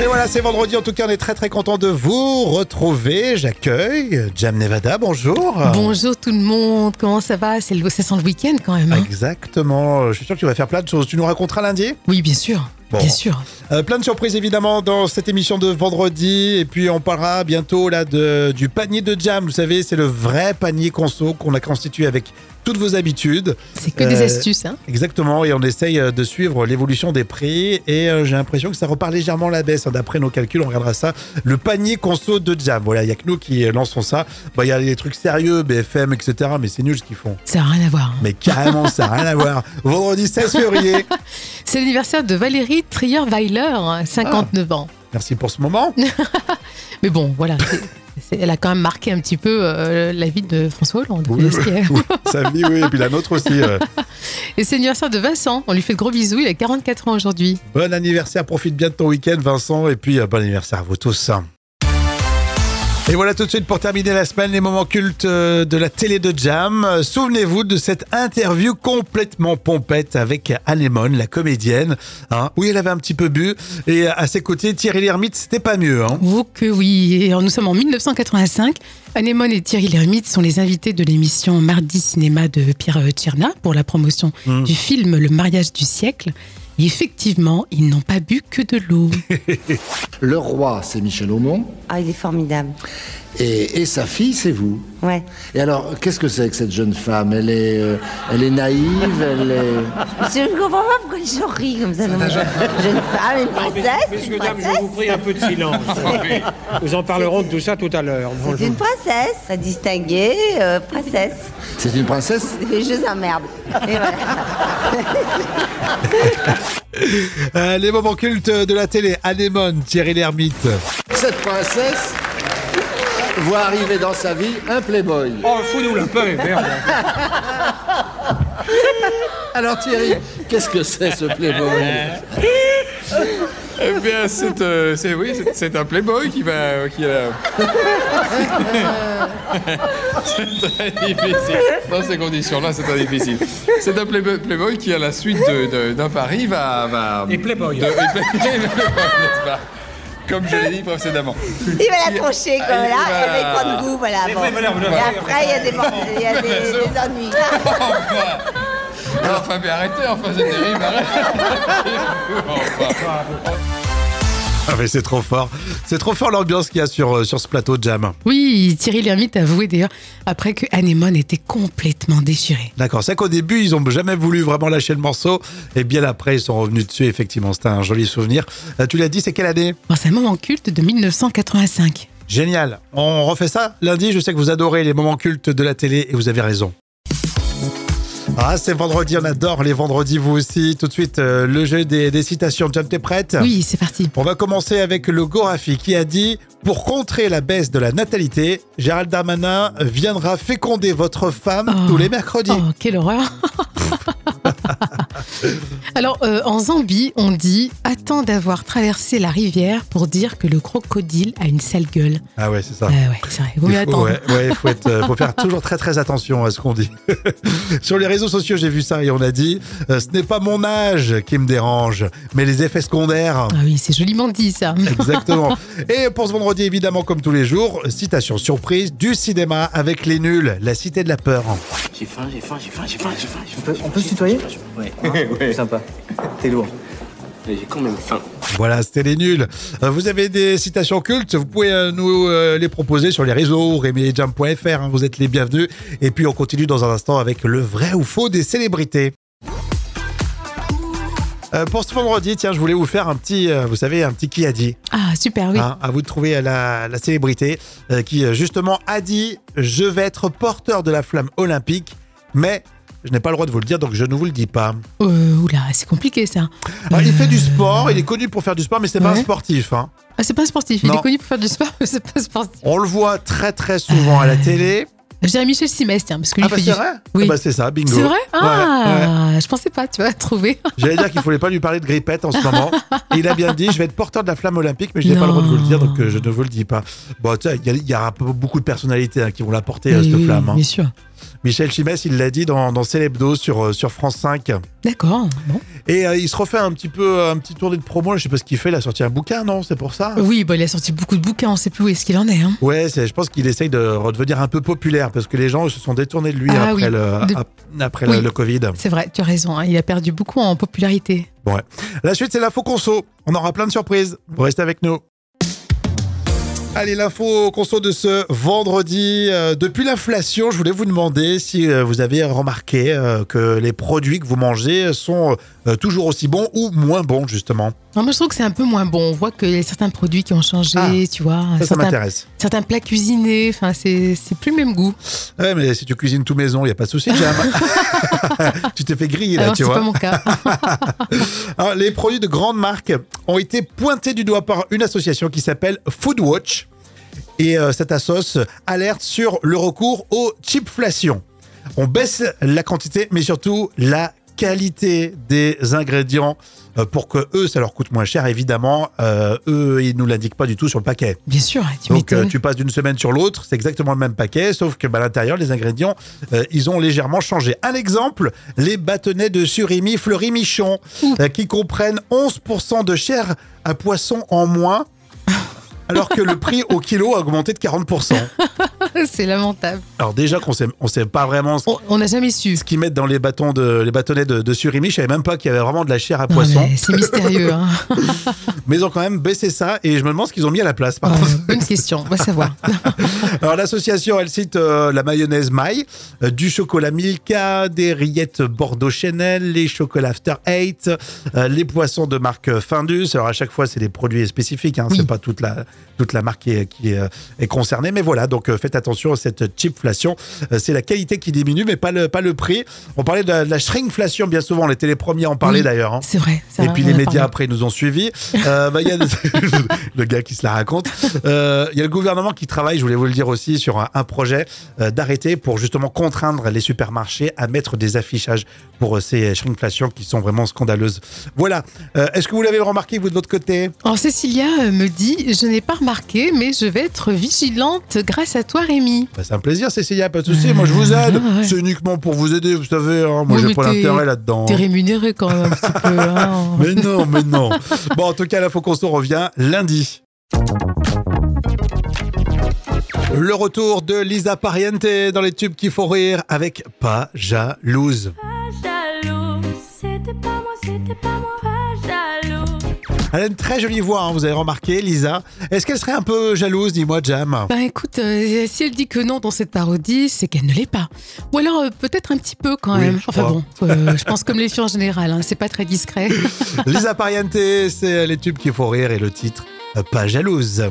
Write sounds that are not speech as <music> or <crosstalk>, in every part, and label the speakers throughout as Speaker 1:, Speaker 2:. Speaker 1: Et voilà, c'est vendredi. En tout cas, on est très très content de vous retrouver. J'accueille Jam Nevada. Bonjour.
Speaker 2: Bonjour tout le monde, comment ça va C'est le- Ça sent le week-end quand même. hein
Speaker 1: Exactement. Je suis sûr que tu vas faire plein de choses. Tu nous raconteras lundi.
Speaker 2: oui, bien sûr.
Speaker 1: Bon.
Speaker 2: Bien sûr.
Speaker 1: Euh, plein de surprises évidemment dans cette émission de vendredi. Et puis on parlera bientôt là de, du panier de Jam. Vous savez, c'est le vrai panier conso qu'on a constitué avec toutes vos habitudes.
Speaker 2: C'est que des
Speaker 1: Euh,
Speaker 2: astuces. Hein
Speaker 1: Exactement. Et on essaye euh, de suivre l'évolution des prix. Et euh, j'ai l'impression que ça repart légèrement à la baisse. hein. D'après nos calculs, on regardera ça. Le panier conso de Jam. Voilà, il y a que nous qui euh, lançons ça. Bah, Il y a les trucs sérieux, BFM, etc. Mais c'est nul ce qu'ils font.
Speaker 2: ça n'a rien à voir. hein.
Speaker 1: Mais carrément, ça n'a rien à voir. Vendredi 16 février.
Speaker 2: C'est l'anniversaire de Valérie Trier-Weiler, hein, 59 ans.
Speaker 1: Merci pour ce moment.
Speaker 2: Mais bon, voilà. c'est- <laughs> c'est- elle a quand même marqué un petit peu euh, la vie de François Hollande.
Speaker 1: Oui,
Speaker 2: C'est ce qui est-
Speaker 1: oui, sa vie, oui. Et puis la nôtre aussi. euh.
Speaker 2: Et c'est l'anniversaire de Vincent. On lui fait de gros bisous. Il a 44 ans aujourd'hui.
Speaker 1: Bon anniversaire, profite bien de ton week-end Vincent et puis euh, bon anniversaire à vous tous. Et voilà tout de suite pour terminer la semaine les moments cultes euh, de la télé de Jam. Euh, Souvenez-vous de cette interview complètement pompette avec Anémone, la comédienne, hein, où elle avait un petit peu bu et euh, à ses côtés Thierry Lhermitte, c'était pas mieux. Hein.
Speaker 2: Oh que oui, et alors, nous sommes en 1985. Anémone et Thierry Lhermitte sont les invités de l'émission Mardi Cinéma de Pierre euh, Tcherna pour la promotion
Speaker 1: Mm.
Speaker 2: du film Le mariage du siècle. Et effectivement, ils n'ont pas bu que de l'eau.
Speaker 3: Le roi, c'est Michel Aumont,
Speaker 4: Ah, il est formidable.
Speaker 3: et, et sa fille, c'est vous.
Speaker 4: Ouais.
Speaker 3: Et alors, qu'est-ce que c'est que cette jeune femme Elle est, euh, elle est naïve, elle est...
Speaker 4: Je ne comprends pas pourquoi les gens rient comme ça. non. Jeune femme, une
Speaker 5: Non, mais-
Speaker 4: princesse,
Speaker 5: Messieurs,
Speaker 4: une
Speaker 5: dames, je vous
Speaker 4: princesse.
Speaker 5: prie un peu de silence. Nous en parlerons de tout ça tout à l'heure.
Speaker 4: C'est une princesse, très distinguée, euh,
Speaker 5: <laughs>
Speaker 4: princesse.
Speaker 3: C'est une princesse
Speaker 4: Les jeux emmerdent. Et voilà.
Speaker 1: Euh, les moments cultes de la télé, Anémone, Thierry Lhermitte.
Speaker 3: Cette princesse voit arriver dans sa vie un playboy.
Speaker 5: Oh, fous-nous la paix, merde.
Speaker 3: Alors Thierry, qu'est-ce que c'est ce playboy
Speaker 6: Eh bien, c'est, euh, c'est- oui, c'est, c'est un playboy qui va... Qui a- <laughs> c'est très difficile. Dans ces conditions-là, c'est très difficile. C'est un playboy, playboy qui, à la suite de- de- d'un pari, va... va
Speaker 5: Et Playboy.
Speaker 6: de- et play- n'est-ce pas comme je l'ai dit précédemment.
Speaker 4: Il va la trancher comme
Speaker 6: Ah, il
Speaker 4: là,
Speaker 6: va-
Speaker 4: elle va y prendre goût, voilà.
Speaker 5: Mais
Speaker 4: bon.
Speaker 5: oui, voilà, voilà.
Speaker 4: Et après, il y a des, mor- il y a
Speaker 5: <laughs>
Speaker 4: des- des ennuis.
Speaker 6: Enfin, Ah, enfin, mais arrêtez, enfin, c'est terrible, arrêtez. Enfin.
Speaker 1: Ah mais c'est trop fort. C'est trop fort l'ambiance qu'il y a sur, euh, sur ce plateau de Jam.
Speaker 2: Oui, Thierry Lhermitte a avoué d'ailleurs après que Anémone était complètement déchirée.
Speaker 1: D'accord, c'est qu'au début, ils ont jamais voulu vraiment lâcher le morceau. Et bien après, ils sont revenus dessus, effectivement. C'était un joli souvenir. Euh, tu l'as dit, c'est quelle année
Speaker 2: Dans un moment culte de 1985.
Speaker 1: Génial. On refait ça lundi. Je sais que vous adorez les moments cultes de la télé et vous avez raison. Ah, c'est vendredi, on adore les vendredis, vous aussi. Tout de suite, euh, le jeu des, des citations. Jam, t'es prête
Speaker 2: Oui, c'est parti.
Speaker 1: On va commencer avec le Gorafi qui a dit Pour contrer la baisse de la natalité, Gérald Darmanin viendra féconder votre femme
Speaker 2: Oh.
Speaker 1: tous les mercredis.
Speaker 2: Oh, quelle horreur <laughs> Alors, euh, en Zambie, on dit « Attends d'avoir traversé la rivière pour dire que le crocodile a une sale gueule
Speaker 1: Ah ouais, c'est ça.
Speaker 2: Ah ouais, c'est vrai, vaut
Speaker 1: Il
Speaker 2: mieux
Speaker 1: faut-
Speaker 2: attendre.
Speaker 1: ouais, ouais, faut, être, euh, faut faire toujours très très attention à ce qu'on dit. <laughs> Sur les réseaux sociaux, j'ai vu ça et on a dit euh, ce n'est pas mon âge qui me dérange, mais les effets secondaires.
Speaker 2: Ah oui, c'est joliment dit, ça.
Speaker 1: Exactement. Et pour ce vendredi, évidemment, comme tous les jours, citation surprise du cinéma avec les nuls, la cité de la peur.
Speaker 7: J'ai faim, j'ai faim, j'ai faim, j'ai faim, j'ai faim. On
Speaker 8: peut- on peut se tutoyer
Speaker 7: Ouais.
Speaker 8: Sympa. T'es lourd.
Speaker 7: Mais j'ai quand même faim.
Speaker 1: Voilà, c'était les nuls. Euh, Vous avez des citations cultes, vous pouvez euh, nous euh, les proposer sur les réseaux remyjam.fr, hein, vous êtes les bienvenus. Et puis on continue dans un instant avec le vrai ou faux des célébrités. Euh, pour ce vendredi, tiens, je voulais vous faire un petit, euh, vous savez, un petit qui a dit.
Speaker 2: <laughs> Ah, super, oui.
Speaker 1: hein, à vous de trouver la, la célébrité euh, qui, euh, justement, a dit Je vais être porteur de la flamme olympique, mais je n'ai pas le droit de vous le dire, donc je ne vous le dis pas.
Speaker 2: Euh, oula, c'est compliqué, ça.
Speaker 1: Alors, Ah, Il fait du
Speaker 2: Euh,
Speaker 1: sport, il est connu pour faire du sport, mais c'est pas un
Speaker 2: Ouais.
Speaker 1: sportif. hein.
Speaker 2: Ah, c'est pas un sportif, il
Speaker 1: Non.
Speaker 2: est connu pour faire du sport, <laughs> mais c'est pas un sportif.
Speaker 1: On le voit très très souvent à la télé.
Speaker 2: Je dirais Michel Simès, tiens, parce que lui,
Speaker 1: Ah bah
Speaker 2: il fait
Speaker 1: c'est
Speaker 2: du...
Speaker 1: vrai
Speaker 2: <laughs> Oui.
Speaker 1: Ah bah c'est ça, bingo.
Speaker 2: C'est vrai
Speaker 1: Ouais, ouais.
Speaker 2: Ah, je pensais pas, tu vois, trouver.
Speaker 1: J'allais dire qu'il fallait pas lui parler de grippette en ce
Speaker 2: <laughs>
Speaker 1: moment. Et il a bien dit, je vais être porteur de la flamme olympique, mais je n'ai pas le droit de vous le dire, donc euh, je ne vous le dis pas. Bon, tu sais, il y a- il y, aura beaucoup de personnalités hein, qui vont la porter, euh,
Speaker 2: Oui,
Speaker 1: cette
Speaker 2: oui,
Speaker 1: flamme. hein.
Speaker 2: Bien sûr.
Speaker 1: Michel Chimès, il l'a dit dans, dans Célébdo sur, euh, sur France 5.
Speaker 2: D'accord. Bon.
Speaker 1: Et euh, il se refait un petit peu euh, un petit tournée de promo. Je sais pas ce qu'il fait. Il a sorti un bouquin, non C'est pour ça
Speaker 2: Oui, bah, il a sorti beaucoup de bouquins, on sait plus où est-ce qu'il en est. hein.
Speaker 1: Ouais, c'est- je pense qu'il essaye de redevenir un peu populaire parce que les gens se sont détournés de lui
Speaker 2: Ah
Speaker 1: après,
Speaker 2: oui,
Speaker 1: le,
Speaker 2: de-
Speaker 1: ap- après le-
Speaker 2: Oui.
Speaker 1: le Covid.
Speaker 2: C'est vrai, tu as raison, hein, il a perdu beaucoup en popularité.
Speaker 1: La suite, c'est l'info conso. On aura plein de surprises. Vous restez avec nous. Allez, l'info conso de ce vendredi. Euh, depuis l'inflation, je voulais vous demander si euh, vous avez remarqué euh, que les produits que vous mangez sont euh, toujours aussi bons ou moins bons, justement.
Speaker 2: Non, moi, je trouve que c'est un peu moins bon. On voit que y a certains produits qui ont changé,
Speaker 1: Ah,
Speaker 2: tu vois,
Speaker 1: Ça, ça
Speaker 2: certains,
Speaker 1: m'intéresse.
Speaker 2: certains plats cuisinés, enfin, c'est c'est plus le même goût.
Speaker 1: Ouais, mais si tu cuisines tout maison, il n'y a pas de souci,
Speaker 2: <laughs>
Speaker 1: Jam. tu t'es fait griller, là,
Speaker 2: Alors,
Speaker 1: tu
Speaker 2: c'est
Speaker 1: vois.
Speaker 2: pas
Speaker 1: <laughs>
Speaker 2: mon cas.
Speaker 1: Alors, Ah, les produits de grandes marques ont été pointés du doigt par une association qui s'appelle Foodwatch. Et euh, cette assoce alerte sur le recours aux cheapflations. On baisse la quantité, mais surtout la qualité des ingrédients euh, pour que eux, ça leur coûte moins cher. Évidemment, Euh, eux, ils nous l'indiquent pas du tout sur le paquet.
Speaker 2: Bien sûr, tu
Speaker 1: Donc, euh,
Speaker 2: m'étonnes.
Speaker 1: tu passes d'une semaine sur l'autre, c'est exactement le même paquet, sauf que bah, à l'intérieur, les ingrédients, euh, ils ont légèrement changé. Un exemple, les bâtonnets de surimi fleury michon, euh, qui comprennent 11% de chair à poisson en
Speaker 2: <laughs>
Speaker 1: moins, alors que le prix au kilo a augmenté de 40%.
Speaker 2: <laughs> c'est lamentable.
Speaker 1: Alors déjà qu'on sait, on sait pas vraiment ce
Speaker 2: On on n'a jamais su.
Speaker 1: ce qu'ils mettent dans les, bâtons de, les bâtonnets de, de surimi, je savais même pas qu'il y avait vraiment de la chair à
Speaker 2: Non,
Speaker 1: poisson,
Speaker 2: mais C'est mystérieux. hein.
Speaker 1: mais ils ont quand même baissé ça et je me demande ce qu'ils ont mis à la place. <laughs> Par
Speaker 2: Ouais,
Speaker 1: contre.
Speaker 2: Euh, bonne question, on
Speaker 1: <laughs>
Speaker 2: va savoir.
Speaker 1: Alors l'association, elle cite euh, la mayonnaise maille, euh, du chocolat Milka, des rillettes Bordeaux Chanel, les chocolats After Eight, euh, les poissons de marque euh, Findus. Alors à chaque fois, c'est des produits spécifiques, hein,
Speaker 2: Oui.
Speaker 1: c'est pas toute la toute la marque qui, est- qui, euh, est concernée, mais voilà. Donc euh, faites attention à cette chipflation. Euh, c'est la qualité qui diminue, mais pas le pas le prix. On parlait de la, de la shrinkflation bien souvent. On était les premiers à en parler
Speaker 2: Oui.
Speaker 1: d'ailleurs. hein.
Speaker 2: C'est vrai. ça
Speaker 1: Et
Speaker 2: va,
Speaker 1: puis
Speaker 2: on
Speaker 1: les
Speaker 2: en a
Speaker 1: médias
Speaker 2: parlé.
Speaker 1: après nous ont suivis. Euh, bah, il y a <laughs> le gars qui se la raconte. Euh, Il y a le gouvernement qui travaille, je voulais vous le dire aussi, sur un, un projet euh, d'arrêter pour justement contraindre les supermarchés à mettre des affichages pour euh, ces shrinkflations qui sont vraiment scandaleuses. Voilà. Euh, Est-ce que vous l'avez remarqué, vous, de votre côté
Speaker 2: Alors, Cécilia euh, me dit Je n'ai pas remarqué, mais je vais être vigilante grâce à toi, Rémi.
Speaker 1: Bah, C'est un plaisir, Cécilia, pas de souci. Moi, je vous aide.
Speaker 2: Ah, ouais.
Speaker 1: C'est uniquement pour vous aider, vous savez. hein. Moi,
Speaker 2: Oui,
Speaker 1: j'ai
Speaker 2: mais
Speaker 1: pas
Speaker 2: t'es-
Speaker 1: l'intérêt là-dedans. hein.
Speaker 2: T'es rémunéré quand même un petit
Speaker 1: <laughs>
Speaker 2: peu. hein.
Speaker 1: Mais non, mais non. Bon, en tout cas, l'info conso revient lundi. Le retour de Lisa Pariente dans les tubes qui font rire avec Pas jalouse.
Speaker 9: C'était pas moi, c'était pas moi, pas jaloux.
Speaker 1: Elle a une très jolie voix, hein, vous avez remarqué, Lisa. Est-ce qu'elle serait un peu jalouse, dis-moi, Jam
Speaker 2: Bah écoute, euh, si elle dit que non dans cette parodie, c'est qu'elle ne l'est pas. Ou alors euh, peut-être un petit peu quand
Speaker 1: Oui,
Speaker 2: même.
Speaker 1: je
Speaker 2: Enfin
Speaker 1: crois.
Speaker 2: bon, euh, je pense comme les filles en général, hein, c'est pas
Speaker 1: <laughs>
Speaker 2: très discret.
Speaker 1: Lisa Pariente, c'est euh, les tubes qui font rire et le titre euh, Pas jalouse.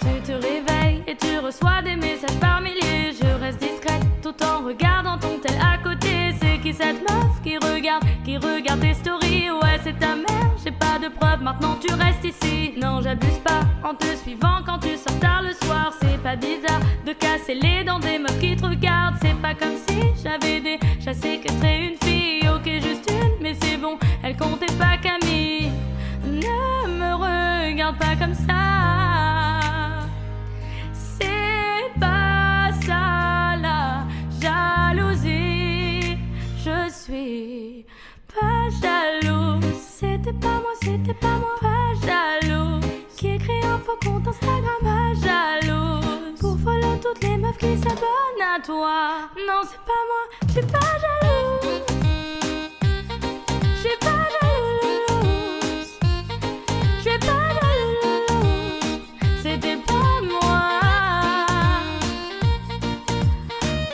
Speaker 9: Tu te réveilles et tu reçois des messages par milliers. Je reste discrète tout en regardant ton tel à côté. C'est qui cette meuf qui regarde, qui regarde tes stories? Ouais, c'est ta mère, j'ai pas de preuves. Maintenant tu restes ici. Non, j'abuse pas en te suivant quand tu sors tard le soir. C'est pas bizarre de casser les dents des meufs qui te regardent. C'est pas comme si j'avais des j'ai séquestré une fille. Ok, juste une, mais c'est bon, elle comptait pas Camille. Ne me regarde pas comme ça. C'est pas ça la jalousie. Je suis pas jaloux. C'était pas moi, c'était pas moi. Pas jaloux. Qui écrit un faux compte Instagram. Pas jaloux. Pour follow toutes les meufs qui s'abonnent à toi. Non, c'est pas moi. Je suis pas jaloux. Je suis pas jalouse. Je suis pas jalouse. C'était pas moi.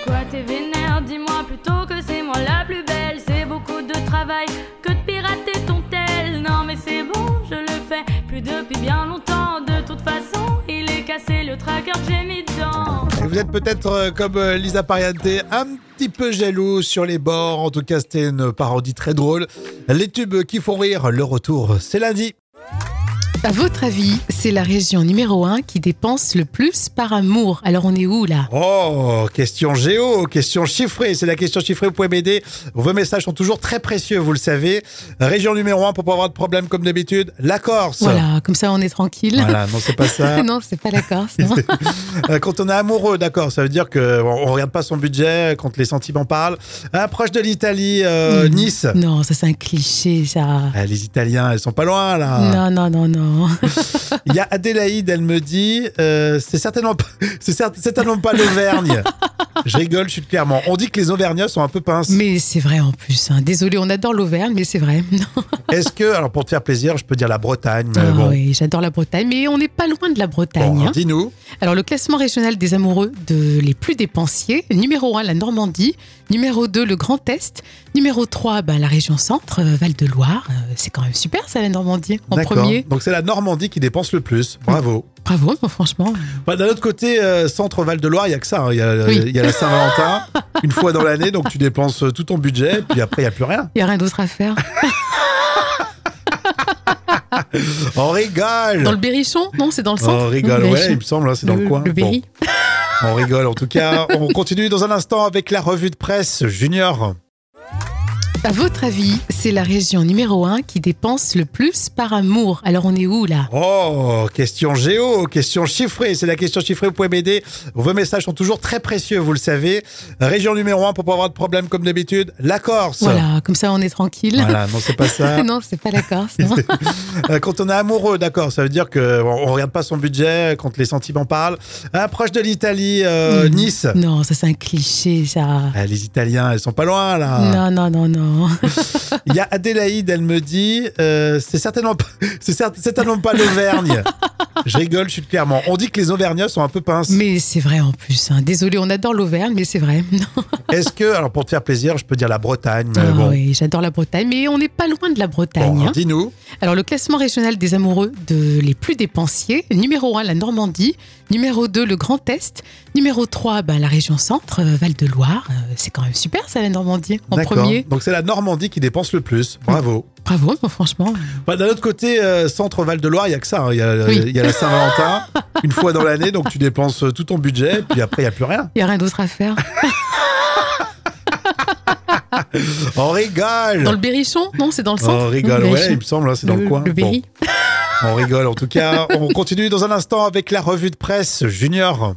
Speaker 9: Quoi t'es vénère, dis-moi plutôt que c'est moi la plus belle C'est beaucoup de travail que de pirater ton tel Non mais c'est bon, je le fais plus depuis bien longtemps De toute façon, il est cassé, le tracker que j'ai mis dedans
Speaker 1: Et Vous êtes peut-être euh, comme euh, Lisa Pariente, un petit peu jaloux sur les bords. En tout cas, c'était une parodie très drôle. Les tubes qui font rire, le retour, c'est lundi.
Speaker 2: À votre avis, c'est la région numéro 1 qui dépense le plus par amour. Alors on est où là
Speaker 1: Oh, question géo, question chiffrée. C'est la question chiffrée, vous pouvez m'aider. Vos messages sont toujours très précieux, vous le savez. Région numéro 1 pour pas avoir de problème comme d'habitude, la Corse.
Speaker 2: Voilà, comme ça on est tranquille.
Speaker 1: Voilà, non, c'est pas ça.
Speaker 2: <laughs> non, c'est pas la Corse.
Speaker 1: <laughs>
Speaker 2: non.
Speaker 1: Euh, quand on est amoureux, d'accord, ça veut dire que on on regarde pas son budget, quand les sentiments parlent. Approche de l'Italie, euh,
Speaker 2: Mm.
Speaker 1: Nice.
Speaker 2: Non, ça c'est un cliché, ça.
Speaker 1: Ah, les Italiens, ils sont pas loin là.
Speaker 2: Non, non, non, non.
Speaker 1: Il y a Adélaïde, elle me dit, euh, c'est certainement pas, <laughs> c'est cer- certainement pas l'Auvergne.
Speaker 2: <laughs>
Speaker 1: je rigole, je suis clairement. On dit que les Auvergnats sont un peu pinces.
Speaker 2: Mais c'est vrai en plus. hein. Désolée, on adore l'Auvergne, mais c'est vrai.
Speaker 1: Est-ce que, alors pour te faire plaisir, je peux dire la Bretagne, mais
Speaker 2: Ah
Speaker 1: bon.
Speaker 2: oui, j'adore la Bretagne, mais on n'est pas loin de la Bretagne.
Speaker 1: Bon,
Speaker 2: hein.
Speaker 1: dis-nous.
Speaker 2: Alors, le classement régional des amoureux de les plus dépensiers, numéro 1, la Normandie, numéro 2, le Grand Est, numéro 3, bah, la région centre, euh, Val-de-Loire. Euh, c'est quand même super, ça, la Normandie, en
Speaker 1: D'accord.
Speaker 2: premier.
Speaker 1: Donc c'est la Normandie qui dépense le plus. Bravo.
Speaker 2: Bravo, bon, franchement.
Speaker 1: Bah, D'un autre côté, euh, centre Val de Loire, il y a que ça. hein. Il y, a, euh,
Speaker 2: Oui.
Speaker 1: il y a la Saint-Valentin <laughs> une fois dans l'année, donc tu dépenses euh, tout ton budget, puis après il y a plus rien.
Speaker 2: Il n'y a rien d'autre
Speaker 1: <laughs>
Speaker 2: à faire.
Speaker 1: On rigole.
Speaker 2: Dans le Berrichon Non, c'est dans le centre.
Speaker 1: Oh, On rigole,
Speaker 2: Le
Speaker 1: ouais,
Speaker 2: Berrichon.
Speaker 1: il me semble, hein, c'est dans le, coin.
Speaker 2: Le
Speaker 1: Bon,
Speaker 2: Berry.
Speaker 1: on rigole en tout cas. On continue dans un instant avec la revue de presse junior.
Speaker 2: À votre avis, c'est la région numéro 1 qui dépense le plus par amour. Alors, on est où, là
Speaker 1: Oh, question géo, question chiffrée. C'est la question chiffrée, vous pouvez m'aider. Vos messages sont toujours très précieux, vous le savez. Région numéro 1 pour pas avoir de problème comme d'habitude, la Corse.
Speaker 2: Voilà, comme ça, on est tranquille.
Speaker 1: Voilà, non, c'est pas ça.
Speaker 2: <laughs> non, c'est pas la Corse.
Speaker 1: <laughs>
Speaker 2: non.
Speaker 1: Euh, quand on est amoureux, d'accord, ça veut dire que on on regarde pas son budget, quand les sentiments parlent. Approche de l'Italie, euh,
Speaker 2: Mm.
Speaker 1: Nice.
Speaker 2: Non, ça c'est un cliché, ça.
Speaker 1: Ah, les Italiens, ils sont pas loin là.
Speaker 2: Non, non, non, non.
Speaker 1: Il y a Adélaïde, elle me dit, euh, c'est certainement pas, <laughs> c'est cer- certainement pas l'Auvergne.
Speaker 2: <laughs>
Speaker 1: je rigole, je suis clairement. On dit que les Auvergnats sont un peu pinces.
Speaker 2: Mais c'est vrai en plus. hein. Désolée, on adore l'Auvergne, mais c'est vrai.
Speaker 1: Est-ce que, alors pour te faire plaisir, je peux dire la Bretagne, mais
Speaker 2: Ah
Speaker 1: bon.
Speaker 2: oui, j'adore la Bretagne, mais on n'est pas loin de la Bretagne.
Speaker 1: Bon, alors,
Speaker 2: hein.
Speaker 1: dis-nous.
Speaker 2: Alors, le classement régional des amoureux de les plus dépensiers, numéro 1, la Normandie, numéro 2, le Grand Est, numéro 3, bah, la région centre, euh, Val-de-Loire. Euh, c'est quand même super, ça, la Normandie, en
Speaker 1: D'accord.
Speaker 2: premier.
Speaker 1: Donc c'est la Normandie qui dépense le plus. Bravo.
Speaker 2: Bravo, bon, franchement.
Speaker 1: Bah, D'un autre côté, euh, centre Val de Loire, il y a que ça. hein. Il y, a, euh,
Speaker 2: Oui.
Speaker 1: il y a la Saint-Valentin une fois dans l'année, donc tu dépenses euh, tout ton budget, puis après il y a plus rien.
Speaker 2: Il n'y a rien d'autre
Speaker 1: <laughs>
Speaker 2: à faire.
Speaker 1: On rigole.
Speaker 2: Dans le Berrichon Non, c'est dans le centre.
Speaker 1: Oh, on rigole,
Speaker 2: Le
Speaker 1: ouais,
Speaker 2: Berrichon.
Speaker 1: il me semble, hein, c'est dans le, coin.
Speaker 2: Le
Speaker 1: Bon,
Speaker 2: Berry.
Speaker 1: on rigole en tout cas. On continue dans un instant avec la revue de presse junior.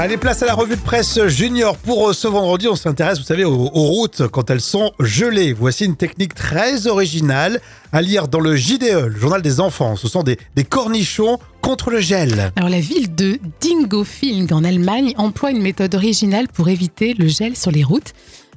Speaker 1: Allez, place à la revue de presse junior. Pour euh, ce vendredi, on s'intéresse, vous savez, aux, aux routes quand elles sont gelées. Voici une technique très originale à lire dans le JDE, le journal des enfants. Ce sont des, des cornichons contre le gel.
Speaker 2: Alors la ville de Dingolfing en Allemagne emploie une méthode originale pour éviter le gel sur les routes.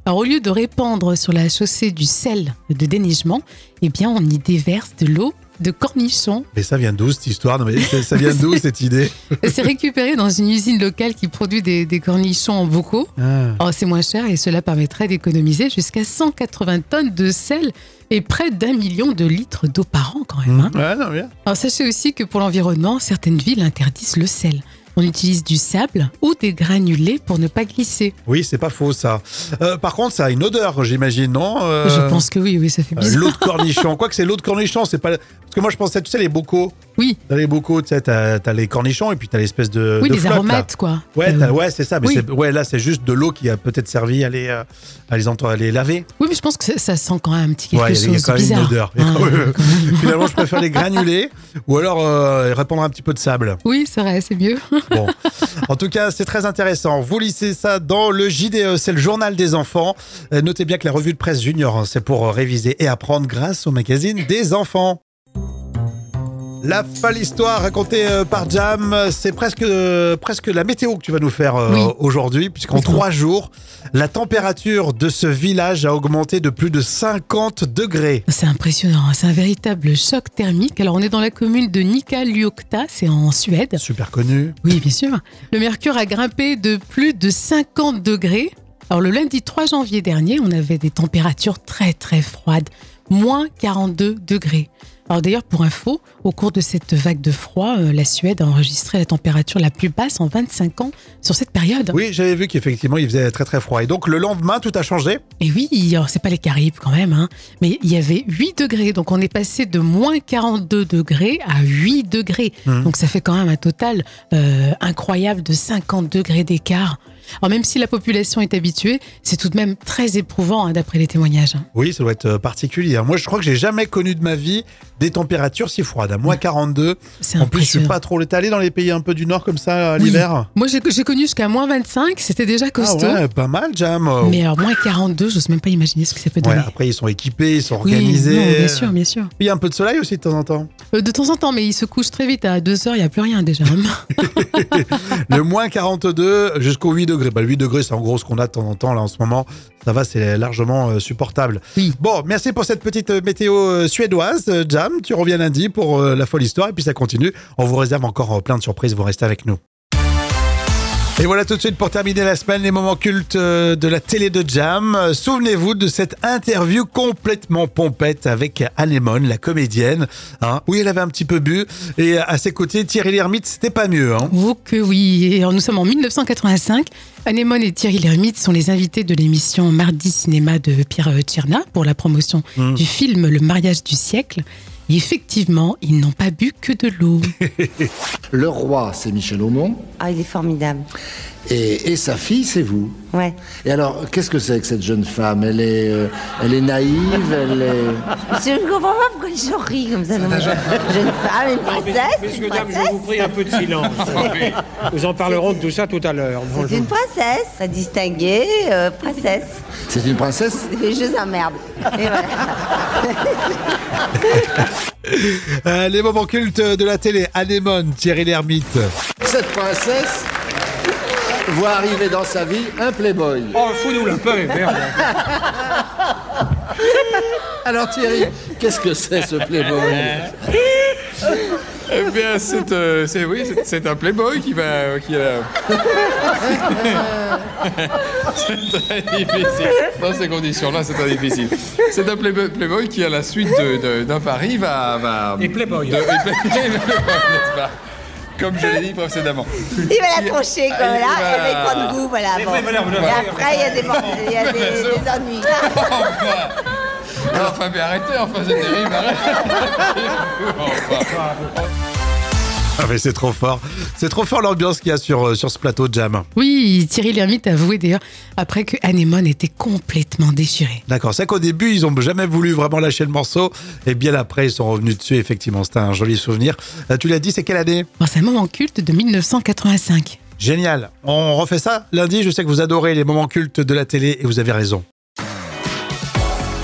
Speaker 2: Alors au lieu de répandre sur la chaussée du sel de déneigement, eh bien on y déverse de l'eau de cornichons. <laughs>
Speaker 1: Mais ça vient d'où cette histoire Non, mais ça ça vient d'où cette <laughs> idée
Speaker 2: C'est récupéré dans une usine locale qui produit des, des cornichons en bocaux.
Speaker 1: Ah.
Speaker 2: Alors, c'est moins cher et cela permettrait d'économiser jusqu'à 180 tonnes de sel et près d'un million de litres d'eau par an quand même. hein.
Speaker 1: Ouais, non, bien.
Speaker 2: Alors sachez aussi que pour l'environnement, certaines villes interdisent le sel. On utilise du sable ou des granulés pour ne pas glisser.
Speaker 1: Oui, c'est pas faux ça. Euh, par contre, ça a une odeur, j'imagine, non Euh,
Speaker 2: Je pense que oui, oui, ça fait
Speaker 1: euh,
Speaker 2: bizarre.
Speaker 1: l'eau de cornichon. Quoi que c'est l'eau de cornichon, c'est pas. Parce que moi, je pensais, tu sais, les bocaux.
Speaker 2: oui,
Speaker 1: T'as les bocaux, tu sais, t'as t'as les cornichons et puis t'as l'espèce de.
Speaker 2: oui,
Speaker 1: de
Speaker 2: les
Speaker 1: flotte, là.
Speaker 2: aromates, quoi.
Speaker 1: Ouais,
Speaker 2: Euh,
Speaker 1: t'as- ouais, c'est ça. Mais
Speaker 2: oui.
Speaker 1: c'est- ouais, là, c'est juste de l'eau qui a peut-être servi à les, euh, à les, ento- à les laver.
Speaker 2: oui, mais je pense que ça, ça sent quand même un petit quelque
Speaker 1: ouais, il y a- il y
Speaker 2: chose
Speaker 1: a quand même
Speaker 2: bizarre.
Speaker 1: une odeur. Il y a
Speaker 2: Ah,
Speaker 1: quand même- <laughs>
Speaker 2: quand même.
Speaker 1: Finalement, je préfère les granuler ou alors euh, répandre un petit peu de sable.
Speaker 2: <laughs> Oui, c'est vrai, c'est mieux. <laughs>
Speaker 1: Bon. En tout cas, c'est très intéressant. Vous lisez ça dans le JDE, c'est le journal des enfants. Euh, Notez bien que la revue de presse junior, hein, c'est pour euh, réviser et apprendre grâce au magazine des enfants. La folle histoire racontée euh, par Jam, euh, c'est presque, euh, presque la météo que tu vas nous faire euh,
Speaker 2: Oui.
Speaker 1: aujourd'hui, puisqu'en trois jours, la température de ce village a augmenté de plus de 50 degrés.
Speaker 2: C'est impressionnant, hein, c'est un véritable choc thermique. Alors on est dans la commune de Nikaluokta, c'est en Suède.
Speaker 1: Super connu.
Speaker 2: Oui, bien sûr. Le mercure a grimpé de plus de 50 degrés. Alors le lundi 3 janvier dernier, on avait des températures très très froides, moins 42 degrés. Alors d'ailleurs, pour info, au cours de cette vague de froid, euh, la Suède a enregistré la température la plus basse en 25 ans sur cette période.
Speaker 1: Oui, j'avais vu qu'effectivement, il faisait très très froid. Et donc, le lendemain, tout a changé.
Speaker 2: Et oui, alors c'est pas les Caraïbes quand même, hein, mais il y avait 8 degrés, donc on est passé de moins 42 degrés à 8 degrés.
Speaker 1: Mhm.
Speaker 2: Donc ça fait quand même un total euh, incroyable de 50 degrés d'écart. Alors même si la population est habituée, c'est tout de même très éprouvant hein, d'après les témoignages. hein.
Speaker 1: Oui, ça doit être euh, particulier. Moi, je crois que j'ai jamais connu de ma vie des températures si froides. À moins 42.
Speaker 2: C'est
Speaker 1: En plus, je suis
Speaker 2: Mm. impressionnant.
Speaker 1: pas trop. T'es allé dans les pays un peu du Nord comme ça, euh,
Speaker 2: Oui.
Speaker 1: l'hiver
Speaker 2: Moi j'ai j'ai connu jusqu'à moins 25, c'était déjà
Speaker 1: Ah
Speaker 2: costaud.
Speaker 1: ouais, pas mal, Jam.
Speaker 2: Mais euh, alors moins 42, j'ose même pas imaginer ce que ça peut
Speaker 1: Ouais,
Speaker 2: donner.
Speaker 1: après, ils sont équipés, ils sont
Speaker 2: Oui,
Speaker 1: organisés.
Speaker 2: non, bien sûr, bien sûr.
Speaker 1: Il y a un peu de soleil aussi de temps en temps.
Speaker 2: Euh, de temps en temps, mais il se couche très vite. À 2 heures, il n'y a plus rien
Speaker 1: <laughs>
Speaker 2: déjà.
Speaker 1: Le moins 42 jusqu'au 8 degrés. Bah, le 8 degrés, c'est en gros ce qu'on a de temps en temps là en ce moment. Ça va, c'est largement euh, supportable.
Speaker 2: Oui.
Speaker 1: Bon, merci pour cette petite euh, météo euh, suédoise, euh, Jam. Tu reviens lundi pour euh, la folle histoire et puis ça continue. On vous réserve encore euh, plein de surprises. Vous restez avec nous. Et voilà tout de suite pour terminer la semaine, les moments cultes euh, de la télé de Jam. Euh, Souvenez-vous de cette interview complètement pompette avec Anémone, la comédienne, hein, où elle avait un petit peu bu. Et euh, à ses côtés, Thierry Lhermitte, c'était pas mieux. Hein.
Speaker 2: Oh que oui Et alors, Nous sommes en 1985. Anémone et Thierry Lhermitte sont les invités de l'émission Mardi Cinéma de Pierre euh, Tcherna pour la promotion
Speaker 1: Mm.
Speaker 2: du film Le mariage du siècle. Et effectivement, ils n'ont pas bu que de l'eau.
Speaker 3: Le roi, c'est Michel Aumont,
Speaker 4: Ah, il est formidable.
Speaker 3: et, et sa fille, c'est vous.
Speaker 4: Ouais.
Speaker 3: Et alors, qu'est-ce que c'est que cette jeune femme Elle est, euh, elle est naïve, elle est...
Speaker 4: Je ne comprends pas pourquoi je ris comme ça. non, mais- Jeune femme, une princesse,
Speaker 5: Messieurs,
Speaker 4: une
Speaker 5: dames, je vous
Speaker 4: princesse.
Speaker 5: prie un peu de silence. Nous en parlerons de tout ça tout à l'heure. devant le
Speaker 4: C'est une
Speaker 5: juge.
Speaker 4: princesse, très distinguée, euh, princesse.
Speaker 3: C'est une princesse
Speaker 4: Et je s'emmerde. Et voilà.
Speaker 1: Euh, les moments cultes de la télé, Anémone, Thierry Lhermitte.
Speaker 3: Cette princesse voit arriver dans sa vie un playboy.
Speaker 5: Oh, fous-nous la paix, merde.
Speaker 3: Alors Thierry, qu'est-ce que c'est ce playboy
Speaker 6: Eh bien, c'est euh, c'est- oui, c'est- c'est un playboy qui va. Qui a- c'est très difficile. Dans ces conditions-là, c'est très difficile. C'est un playboy, playboy qui, à la suite de- de- d'un pari, va. va
Speaker 5: Et Playboy.
Speaker 6: de- et play- et Playboy, n'est-ce pas Comme je l'ai dit précédemment.
Speaker 4: Il va la trancher comme
Speaker 6: Ah, il
Speaker 4: là,
Speaker 6: va-
Speaker 4: elle va y prendre goût, voilà.
Speaker 5: Mais
Speaker 4: bon.
Speaker 5: oui, voilà, voilà.
Speaker 4: Et après, il y a des, il y <laughs> a des- des ennuis.
Speaker 6: Enfin Alors, enfin, mais arrêtez, enfin, c'est terrible, arrêtez. Enfin.
Speaker 1: Ah mais c'est trop fort. C'est trop fort l'ambiance qu'il y a sur, euh, sur ce plateau de Jam.
Speaker 2: Oui, Thierry Lhermitte a avoué d'ailleurs après que Anémone était complètement déchirée.
Speaker 1: D'accord, c'est qu'au début, ils ont jamais voulu vraiment lâcher le morceau. Et bien après, ils sont revenus dessus, effectivement. C'était un joli souvenir. Euh, tu l'as dit, c'est quelle année
Speaker 2: Bon, C'est un moment culte de 1985.
Speaker 1: Génial. On refait ça lundi. Je sais que vous adorez les moments cultes de la télé et vous avez raison.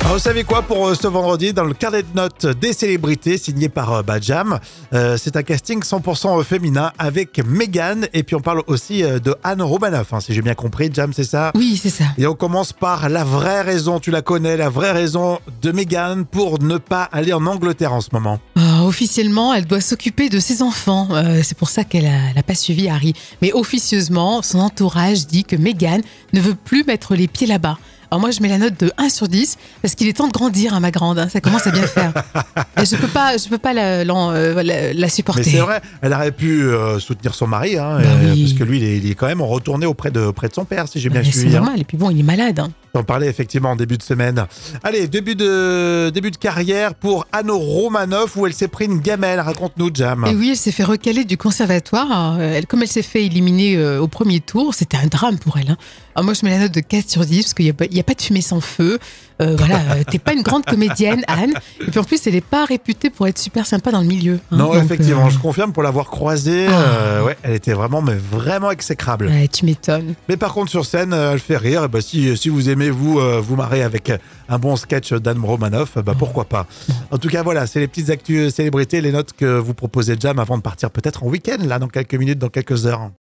Speaker 1: Alors, vous savez quoi pour euh, ce vendredi dans le carnet de notes des célébrités signé par euh, bah, Jam euh, C'est un casting 100% euh, féminin avec Megan et puis on parle aussi euh, de Anne Romanoff. hein, si j'ai bien compris, Jam, c'est ça
Speaker 2: Oui, c'est ça.
Speaker 1: Et on commence par la vraie raison, tu la connais, la vraie raison de Meghan pour ne pas aller en Angleterre en ce moment.
Speaker 2: Euh, officiellement, elle doit s'occuper de ses enfants. Euh, c'est pour ça qu'elle n'a pas suivi Harry. Mais officieusement, son entourage dit que Meghan ne veut plus mettre les pieds là-bas. Alors moi, je mets la note de 1 sur 10 parce qu'il est temps de grandir, à ma grande. hein. ça commence à bien
Speaker 1: <laughs>
Speaker 2: faire. Et je peux pas, je peux pas la, l'en- euh, la- la supporter.
Speaker 1: Mais c'est vrai, elle aurait pu euh, soutenir son mari, hein,
Speaker 2: Bah oui. Bah
Speaker 1: parce que lui, il est, il est quand même retourné auprès de, auprès de son père, si j'ai bien
Speaker 2: Mais c'est
Speaker 1: suivi. hein.
Speaker 2: normal. Et puis bon, il est malade. hein.
Speaker 1: On parlait effectivement en début de semaine. Allez, début de, début de carrière pour Anne Romanoff, où elle s'est pris une gamelle. Raconte-nous, Jam.
Speaker 2: Et oui, elle s'est fait recaler du conservatoire. Euh, Elle, comme elle s'est fait éliminer euh, au premier tour, c'était un drame pour elle. hein. Alors moi, je mets la note de 4 sur 10 parce qu'il n'y a, pas- il y a pas de fumée sans feu. Euh, voilà, euh, t'es pas une grande comédienne, Anne. Et puis en plus, elle n'est pas réputée pour être super sympa dans le milieu. hein.
Speaker 1: non,
Speaker 2: Donc,
Speaker 1: effectivement,
Speaker 2: euh,
Speaker 1: je confirme pour l'avoir croisée.
Speaker 2: Ah.
Speaker 1: euh, ouais, elle était vraiment, mais vraiment exécrable.
Speaker 2: ouais, tu m'étonnes.
Speaker 1: Mais par contre, sur scène, euh, elle fait rire. Et bah, si, si vous aimez, vous, euh, vous marrer avec un bon sketch d'Anne Romanoff, euh, bah, pourquoi pas. <laughs> En tout cas, voilà, c'est les petites actus euh, célébrités, les notes que vous proposez, Jam, avant de partir peut-être en week-end, là, dans quelques minutes, dans quelques heures.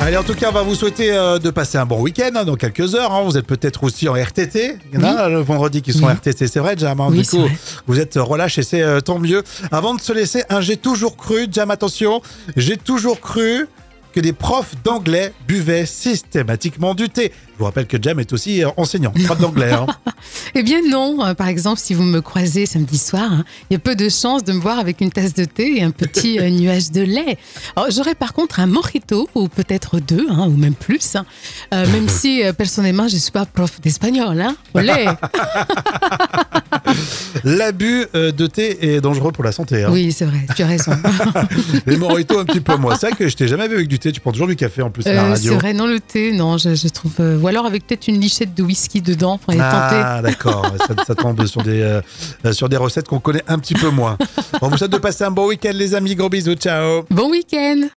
Speaker 1: Allez, en tout cas, on va vous souhaiter euh, de passer un bon week-end hein, dans quelques heures. hein. Vous êtes peut-être aussi en RTT. Il y en a
Speaker 2: Oui.
Speaker 1: là, le vendredi qui sont
Speaker 2: Oui.
Speaker 1: RTT, c'est vrai, Jam. hein.
Speaker 2: Oui,
Speaker 1: du
Speaker 2: c'est
Speaker 1: coup,
Speaker 2: vrai.
Speaker 1: vous êtes relâche et c'est euh, tant mieux. Avant de se laisser, un j'ai toujours cru, Jam, attention, j'ai toujours cru que des profs d'anglais
Speaker 2: <laughs>
Speaker 1: buvaient systématiquement du thé. Je vous rappelle que Jam est aussi euh, enseignant, prof d'anglais. hein.
Speaker 2: Eh bien non, Euh, par exemple, si vous me croisez samedi soir, hein, il y a peu de chances de me voir avec une tasse de thé et un
Speaker 1: <laughs>
Speaker 2: petit euh, nuage de lait. Alors, J'aurais par contre un mojito, ou peut-être deux, hein, ou même plus, hein. Euh,
Speaker 1: <laughs>
Speaker 2: même si euh, personnellement, je ne suis pas prof d'espagnol. Hein. Olé
Speaker 1: L'abus euh, de thé est dangereux pour la santé. hein.
Speaker 2: Oui, c'est vrai, tu
Speaker 1: <laughs>
Speaker 2: as raison.
Speaker 1: Les mojitos un petit peu
Speaker 2: <laughs>
Speaker 1: moins. C'est vrai que je t'ai jamais vu avec du thé. Tu prends toujours du café en plus à la
Speaker 2: Euh, c'est
Speaker 1: radio.
Speaker 2: vrai, non, le thé, non, je, je trouve... euh, ou alors avec peut-être une lichette de whisky dedans, pour tenter.
Speaker 1: Ah d'accord, ça, ça tombe sur des, euh, euh, sur des recettes qu'on connaît un petit peu moins. On vous souhaite de passer un bon week-end les amis, gros bisous, ciao
Speaker 2: Bon week-end